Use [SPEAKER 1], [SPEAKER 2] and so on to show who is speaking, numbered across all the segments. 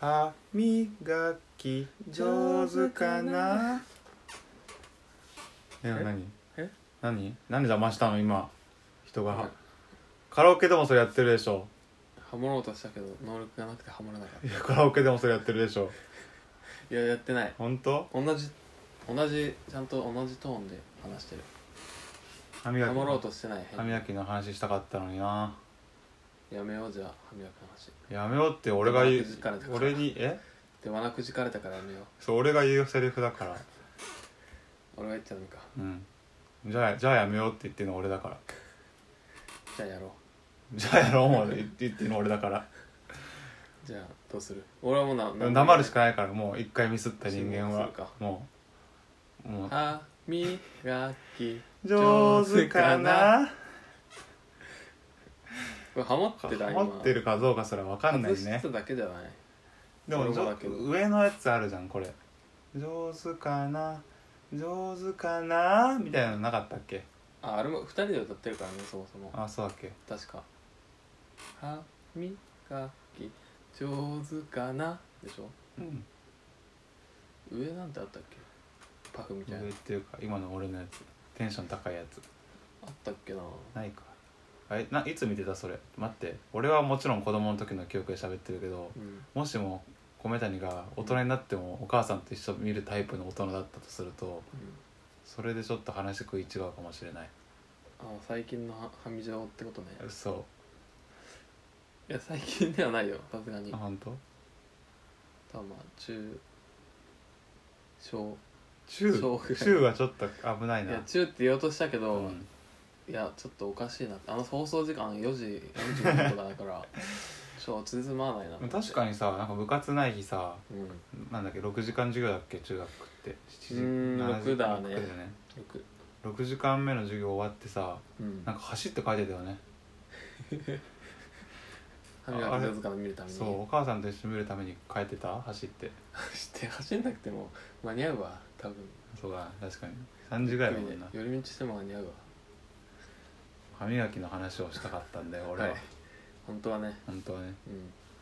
[SPEAKER 1] 歯磨き上手かなえ
[SPEAKER 2] え
[SPEAKER 1] 何
[SPEAKER 2] え
[SPEAKER 1] 何何邪魔したの今人が、
[SPEAKER 2] はい
[SPEAKER 1] カラオケでもそれやってるでしょ
[SPEAKER 2] ハモろうとしたけど能力がなくてハモらなかっ
[SPEAKER 1] いやカラオケでもそれやってるでしょ
[SPEAKER 2] たいややってない
[SPEAKER 1] 本当
[SPEAKER 2] 同じ同じちゃんと同じトーンで話してる
[SPEAKER 1] 歯磨
[SPEAKER 2] ハ
[SPEAKER 1] き
[SPEAKER 2] モろう
[SPEAKER 1] の
[SPEAKER 2] としてない
[SPEAKER 1] 歯磨きの話したかったのにな
[SPEAKER 2] やめようじゃあ歯磨きの話
[SPEAKER 1] やめろって俺が言う
[SPEAKER 2] 手間がくじかれたから
[SPEAKER 1] 俺にえ
[SPEAKER 2] ではなくじかれたからやめよう
[SPEAKER 1] そう俺が言うセリフだから
[SPEAKER 2] 俺が言っちゃダメか
[SPEAKER 1] うんじゃあじゃあやめようって言ってんの俺だから
[SPEAKER 2] じゃあやろう
[SPEAKER 1] じゃあやろうもう言ってんの俺だから
[SPEAKER 2] じゃあどうする俺はもうな
[SPEAKER 1] でも黙るしかないからもう一回ミスった人間
[SPEAKER 2] そう
[SPEAKER 1] は
[SPEAKER 2] か
[SPEAKER 1] もうもう
[SPEAKER 2] 歯磨き
[SPEAKER 1] 上手かな
[SPEAKER 2] これハモってた今
[SPEAKER 1] 持ってるかどうかすら分かんない
[SPEAKER 2] 外し
[SPEAKER 1] ね
[SPEAKER 2] てただけじゃない
[SPEAKER 1] でも
[SPEAKER 2] 俺
[SPEAKER 1] じ
[SPEAKER 2] も
[SPEAKER 1] ょ
[SPEAKER 2] だけど
[SPEAKER 1] 上のやつあるじゃんこれ上手かな上手かなみたいなのなかったっけ
[SPEAKER 2] ああれも2人で歌ってるからねそもそも
[SPEAKER 1] あそうだっけ
[SPEAKER 2] 確か歯磨き上手かなでしょ
[SPEAKER 1] うん
[SPEAKER 2] 上なんてあったっけパフみたいな
[SPEAKER 1] 上っていうか今の俺のやつテンション高いやつ
[SPEAKER 2] あったっけな
[SPEAKER 1] ないかあれないつ見てたそれ待って俺はもちろん子供の時の記憶で喋ってるけど
[SPEAKER 2] うん
[SPEAKER 1] もしも米谷が大人になってもお母さんと一緒に見るタイプの大人だったとすると
[SPEAKER 2] うん
[SPEAKER 1] それでちょっと話食い違うかもしれない
[SPEAKER 2] あ最近のはみ情ってことね
[SPEAKER 1] 嘘
[SPEAKER 2] いや最近ではないよさすがに
[SPEAKER 1] あ本当
[SPEAKER 2] 多分まあ中小
[SPEAKER 1] 中
[SPEAKER 2] そう
[SPEAKER 1] 中はちょっと危ない
[SPEAKER 2] い
[SPEAKER 1] な
[SPEAKER 2] や中って言おうとしたけど、
[SPEAKER 1] うん
[SPEAKER 2] いやちょっとおかしいなあの放送時間4時45分とかだから ちょっとつまらないな
[SPEAKER 1] 確か
[SPEAKER 2] に
[SPEAKER 1] にさなんか部活ない日さ
[SPEAKER 2] うん
[SPEAKER 1] なんだっけ6時間授業だっけ中学って7時
[SPEAKER 2] うーん
[SPEAKER 1] 7時
[SPEAKER 2] 6だね
[SPEAKER 1] 6だね
[SPEAKER 2] よく
[SPEAKER 1] 6時間目の授業終わってさ
[SPEAKER 2] うん
[SPEAKER 1] なんか走って帰ってたよね
[SPEAKER 2] 歯磨き上手から見るために
[SPEAKER 1] そうお母さんと一緒に見るために帰ってた走って
[SPEAKER 2] 走って走んなくても間に合うわ多分
[SPEAKER 1] そうだ確かに3時ぐらいだもんな
[SPEAKER 2] 寄り道しても間に合うわ
[SPEAKER 1] 歯磨きの話をしたかったんだよ俺は、
[SPEAKER 2] はい本当はね
[SPEAKER 1] 本当はね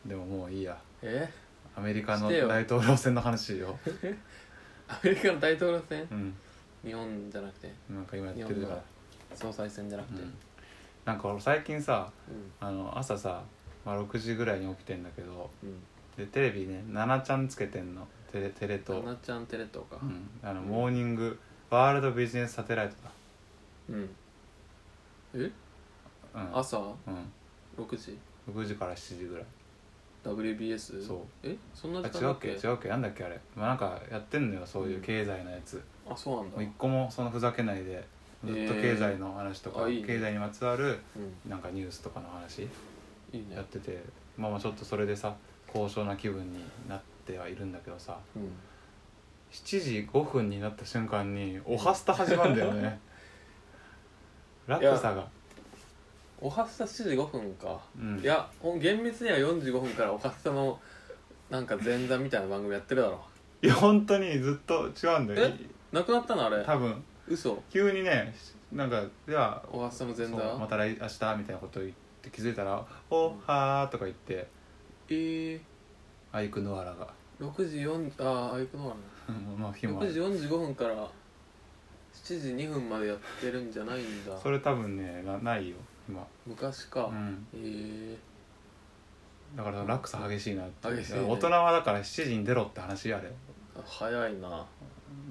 [SPEAKER 2] うん
[SPEAKER 1] でももういいや
[SPEAKER 2] え
[SPEAKER 1] アメリカの
[SPEAKER 2] してよ
[SPEAKER 1] 大統領選の話 よ
[SPEAKER 2] アメリカの大統領選
[SPEAKER 1] うん
[SPEAKER 2] 日本じゃなくて
[SPEAKER 1] なんか今やってるから、
[SPEAKER 2] 総裁選じゃなく
[SPEAKER 1] う
[SPEAKER 2] て
[SPEAKER 1] ん、なんか俺最近さ
[SPEAKER 2] うん
[SPEAKER 1] あの朝さ、まあ、6時ぐらいに起きてんだけど
[SPEAKER 2] うん
[SPEAKER 1] でテレビね「ななちゃん」つけてんのテレテレ
[SPEAKER 2] と
[SPEAKER 1] 東
[SPEAKER 2] な、ちゃんテレ東か
[SPEAKER 1] うん、あのモーニングワールドビジネスサテライト
[SPEAKER 2] うんえ
[SPEAKER 1] だ、うん
[SPEAKER 2] 朝
[SPEAKER 1] う
[SPEAKER 2] 6時
[SPEAKER 1] ん、6時から7時ぐらい
[SPEAKER 2] WBS
[SPEAKER 1] そう
[SPEAKER 2] えそんな
[SPEAKER 1] あ違
[SPEAKER 2] 時間だ
[SPEAKER 1] うっ
[SPEAKER 2] っ
[SPEAKER 1] け
[SPEAKER 2] け
[SPEAKER 1] 違うっけなんだっけあれ、まあ、なんかやってんのよそういう経済のやつ、
[SPEAKER 2] あそうなんだ
[SPEAKER 1] もう一個もそのふざけないでずっと経済の話とか、
[SPEAKER 2] えーあいいね
[SPEAKER 1] 経済にまつわる
[SPEAKER 2] う
[SPEAKER 1] なんかニュースとかの話
[SPEAKER 2] んいいね
[SPEAKER 1] やってて、まあまあちょっとそれでさ高尚な気分になってはいるんだけどさ
[SPEAKER 2] うん
[SPEAKER 1] 7時5分になった瞬間に「おはスタ」始まるんだよ ね楽さが
[SPEAKER 2] おはスタ7時5分か、
[SPEAKER 1] うん
[SPEAKER 2] いやほん厳密には45分からおはスタのなんか前座みたいな番組やってるだろ
[SPEAKER 1] いや本当にずっと違うんだよ
[SPEAKER 2] えなくなったのあれ
[SPEAKER 1] 多分
[SPEAKER 2] 嘘
[SPEAKER 1] 急にねなんかでは
[SPEAKER 2] おはスタの前
[SPEAKER 1] そ
[SPEAKER 2] 座
[SPEAKER 1] うまた来明日みたいなこと言って気づいたら「おはー」とか言って
[SPEAKER 2] えー、
[SPEAKER 1] アイクノアラが
[SPEAKER 2] 6時4ああ行くのは
[SPEAKER 1] まあ日もあ
[SPEAKER 2] 6時
[SPEAKER 1] る
[SPEAKER 2] 45分から7時2分までやってるんじゃないんだ
[SPEAKER 1] それ多分ねなないよ今、
[SPEAKER 2] 昔か、
[SPEAKER 1] うん、
[SPEAKER 2] えー、
[SPEAKER 1] だから落差激しいなって
[SPEAKER 2] 激しいね
[SPEAKER 1] 大人はだから7時に出ろって話あれ
[SPEAKER 2] あ早いな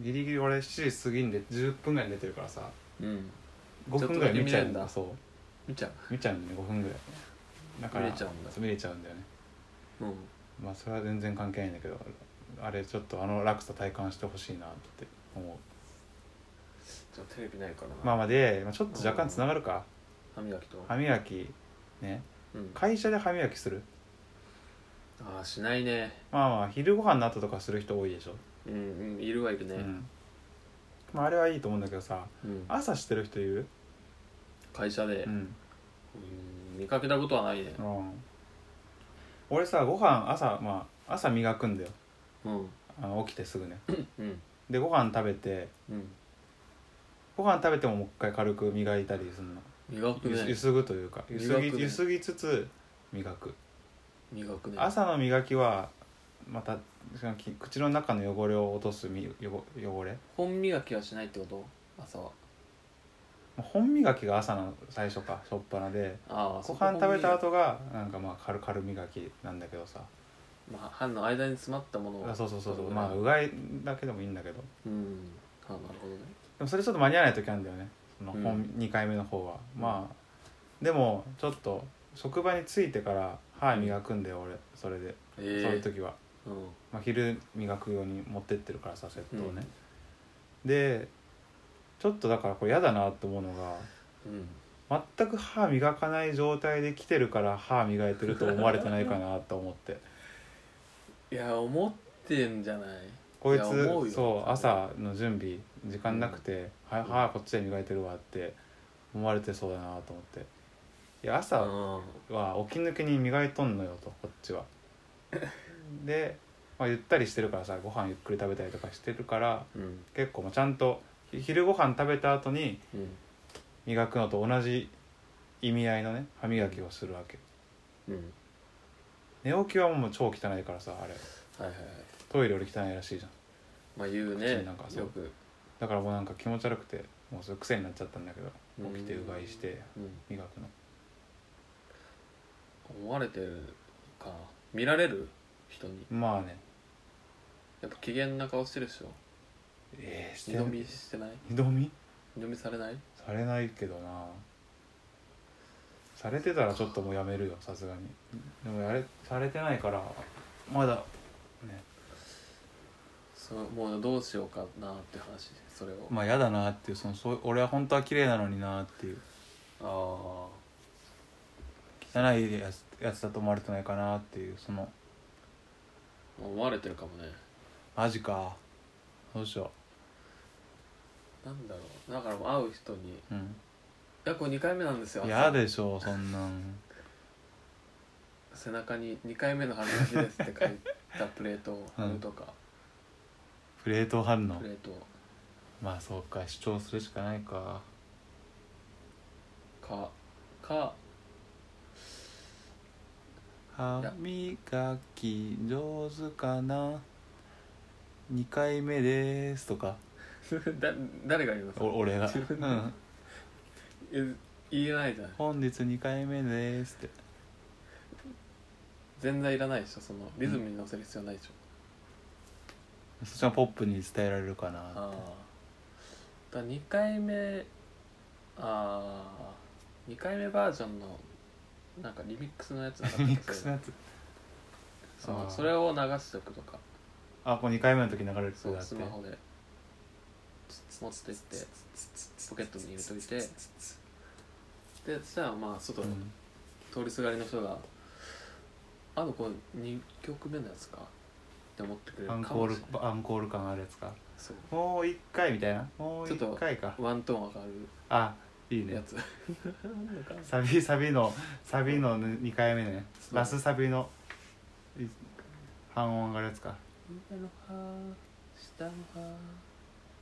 [SPEAKER 1] ギリギリ俺7時過ぎんで10分ぐらいに出てるからさ
[SPEAKER 2] うん
[SPEAKER 1] 5分ぐらい見ちゃうん
[SPEAKER 2] ちょっとだけ見れるん
[SPEAKER 1] だ
[SPEAKER 2] だ
[SPEAKER 1] そう
[SPEAKER 2] 見ちゃ
[SPEAKER 1] 見ちゃうんだよね5分ぐらいだから
[SPEAKER 2] 見れちゃうんだ
[SPEAKER 1] そう見れちゃうんだよね
[SPEAKER 2] ううん
[SPEAKER 1] まあそれは全然関係ないんだけどあれちょっとあの落差体感してほしいなって思う
[SPEAKER 2] じゃあテレビないからな、
[SPEAKER 1] まあまあで、まあ、ちょっと若干つながるか
[SPEAKER 2] 歯磨きと、
[SPEAKER 1] 歯磨きね
[SPEAKER 2] うん、
[SPEAKER 1] 会社で歯磨きする
[SPEAKER 2] ああしないね
[SPEAKER 1] まあまあ昼ご飯の後とかする人多いでしょ、
[SPEAKER 2] うんうんいるはいる
[SPEAKER 1] う
[SPEAKER 2] ね、
[SPEAKER 1] んまあ、あれはいいと思うんだけどさ
[SPEAKER 2] うん
[SPEAKER 1] 朝してる人いる
[SPEAKER 2] 会社で、
[SPEAKER 1] うん
[SPEAKER 2] うん見かけたことはないね
[SPEAKER 1] うん俺さご飯朝まあ朝磨くんだよ
[SPEAKER 2] うん
[SPEAKER 1] あの起きてすぐね
[SPEAKER 2] うん
[SPEAKER 1] でご飯食べて
[SPEAKER 2] うん
[SPEAKER 1] ご飯食べてももう一回軽く磨いたりするの
[SPEAKER 2] 磨く
[SPEAKER 1] ゆすゆ
[SPEAKER 2] ね
[SPEAKER 1] すぐというかゆす
[SPEAKER 2] 磨く
[SPEAKER 1] ぎ,、
[SPEAKER 2] ね
[SPEAKER 1] ゆすぎつつ磨く
[SPEAKER 2] 磨くね
[SPEAKER 1] 朝の磨きはまたそのき口の中の汚れを落とすみ汚汚れ
[SPEAKER 2] 本磨きはしないってこと朝は
[SPEAKER 1] まあ本磨きが朝の最初か初っ端で
[SPEAKER 2] ああ
[SPEAKER 1] ご飯食べた
[SPEAKER 2] 後
[SPEAKER 1] 後がなんかまあ軽軽磨きなんだけどさ
[SPEAKER 2] まあ歯の間に詰まったものを
[SPEAKER 1] あそうそうそうそうまあ
[SPEAKER 2] う
[SPEAKER 1] うがいだけでもいいんだけどで
[SPEAKER 2] うんあなるほどね
[SPEAKER 1] もそれちょっと間に合わない時あるんだよねその
[SPEAKER 2] うん
[SPEAKER 1] 本、2回目の方は、
[SPEAKER 2] うん
[SPEAKER 1] まあでもちょっと職場に着いてから歯磨くんだよ俺それで、
[SPEAKER 2] え
[SPEAKER 1] そういう
[SPEAKER 2] え
[SPEAKER 1] 時は、
[SPEAKER 2] うん
[SPEAKER 1] まあ、昼磨くように持ってってるからさセットをね、でちょっとだからこれ嫌だなと思うのが
[SPEAKER 2] うん
[SPEAKER 1] 全く歯磨かない状態で来てるから歯磨いてると思われてないかなと思って
[SPEAKER 2] いや思ってんじゃない
[SPEAKER 1] こい
[SPEAKER 2] いや思う
[SPEAKER 1] つ
[SPEAKER 2] よ
[SPEAKER 1] そう朝の準備時間なくて「は
[SPEAKER 2] うん
[SPEAKER 1] はこっちで磨いてるわ」って思われてそうだなと思っていや朝
[SPEAKER 2] うん
[SPEAKER 1] は起き抜けに磨いとんのよとこっ ちはで、まあ、ゆったりしてるからさご飯ゆっくり食べたりとかしてるから
[SPEAKER 2] うん
[SPEAKER 1] 結構まあちゃんとひ昼ご飯食べた後に
[SPEAKER 2] うん
[SPEAKER 1] 磨くのと同じ意味合いのね歯磨きをするわけ
[SPEAKER 2] うん
[SPEAKER 1] 寝起きはもう超汚いからさあれ
[SPEAKER 2] はいはいはい
[SPEAKER 1] トイレより汚いらしいじゃん
[SPEAKER 2] まあ言う
[SPEAKER 1] 口
[SPEAKER 2] ね
[SPEAKER 1] なんかそう
[SPEAKER 2] よく
[SPEAKER 1] だからもうなんか気持ち悪くてもうそれ癖になっちゃったんだけど
[SPEAKER 2] うん
[SPEAKER 1] 起きてうがいして
[SPEAKER 2] うん
[SPEAKER 1] 磨くの
[SPEAKER 2] 思われてるか見られる人に
[SPEAKER 1] まあね
[SPEAKER 2] やっぱ機嫌な顔してるでしょ
[SPEAKER 1] えー、して
[SPEAKER 2] 二度見してない
[SPEAKER 1] 二度見
[SPEAKER 2] 二度見されない
[SPEAKER 1] されないけどなされてたらちょっともうやめるよさすがにでもやれされてないからまだね
[SPEAKER 2] そうもうどうしようかなって話それを、
[SPEAKER 1] まあ嫌だなっていうそのそう俺は本当は綺麗なのになっていう
[SPEAKER 2] あ
[SPEAKER 1] 汚いやつやつだと思われてないかなっていうその
[SPEAKER 2] あ思われてるかもね
[SPEAKER 1] マジかどうしよ
[SPEAKER 2] なんだろうだからもう会う人に
[SPEAKER 1] ううん
[SPEAKER 2] 「いやこれ2回目なんですよ」
[SPEAKER 1] 嫌でしょうそんなん
[SPEAKER 2] 背中に「2回目の歯磨きです」って書いたプレー トを貼るとか、
[SPEAKER 1] プレート反応
[SPEAKER 2] プレート
[SPEAKER 1] まあそうか主張するしかないか
[SPEAKER 2] かか
[SPEAKER 1] 歯磨き上手かな2回目ですとか
[SPEAKER 2] だ誰が言います
[SPEAKER 1] お俺が、
[SPEAKER 2] 自分で
[SPEAKER 1] うん、
[SPEAKER 2] え言えないじゃん
[SPEAKER 1] 本日2回目ですって
[SPEAKER 2] 全然いらないでしょそのリズムに乗せる必要ないでしょ、
[SPEAKER 1] そっちはポップに伝えられるかな
[SPEAKER 2] ああ
[SPEAKER 1] って
[SPEAKER 2] だ2回目ああ2回目バージョンのなんかリミックスのやつなかった
[SPEAKER 1] ミックスのやつ
[SPEAKER 2] そ
[SPEAKER 1] あ
[SPEAKER 2] の
[SPEAKER 1] ー
[SPEAKER 2] それを流しておくとか
[SPEAKER 1] あこれ2回目の時流れる
[SPEAKER 2] そ
[SPEAKER 1] そう
[SPEAKER 2] う
[SPEAKER 1] だって
[SPEAKER 2] スマホで持ってってポケットに入れといてでそしたらまあ外、
[SPEAKER 1] うん
[SPEAKER 2] 通りすがりの人が「あのこれ2曲目のやつか?」って思ってくれる
[SPEAKER 1] ア
[SPEAKER 2] か
[SPEAKER 1] ン
[SPEAKER 2] もし
[SPEAKER 1] コー
[SPEAKER 2] れ
[SPEAKER 1] ル
[SPEAKER 2] ない
[SPEAKER 1] アンコール感あるやつか
[SPEAKER 2] そう
[SPEAKER 1] もう1回みたいなもう
[SPEAKER 2] ちょっと
[SPEAKER 1] 1回か
[SPEAKER 2] ワントーン上がる
[SPEAKER 1] あいい
[SPEAKER 2] や
[SPEAKER 1] ね
[SPEAKER 2] つ なんだか
[SPEAKER 1] サビサビのサビの2回目ね
[SPEAKER 2] そう
[SPEAKER 1] ラスサビのい半音上がるやつか
[SPEAKER 2] 上の歯下の歯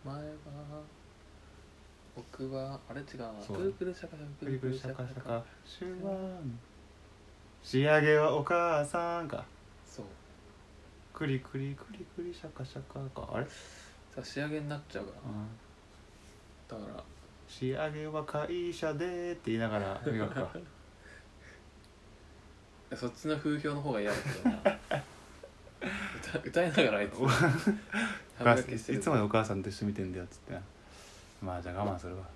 [SPEAKER 2] 前歯奥歯あれ違うな
[SPEAKER 1] そう
[SPEAKER 2] くるくるシャカシャカ
[SPEAKER 1] くりくりシャカシャカシュワン仕上げはお母さんか
[SPEAKER 2] そう
[SPEAKER 1] くりくりくりくりシャカシャカかあれ、
[SPEAKER 2] だから仕上げになっちゃうから
[SPEAKER 1] うん、
[SPEAKER 2] だから
[SPEAKER 1] 仕上げは会社でって言いなが ら磨くか
[SPEAKER 2] そっちの風評の方が嫌だけどな歌歌いながらあいつ
[SPEAKER 1] お
[SPEAKER 2] 歯磨きして
[SPEAKER 1] い
[SPEAKER 2] る
[SPEAKER 1] つまでお母さんと一緒に見てんだよっつってなまあじゃあ我慢するわ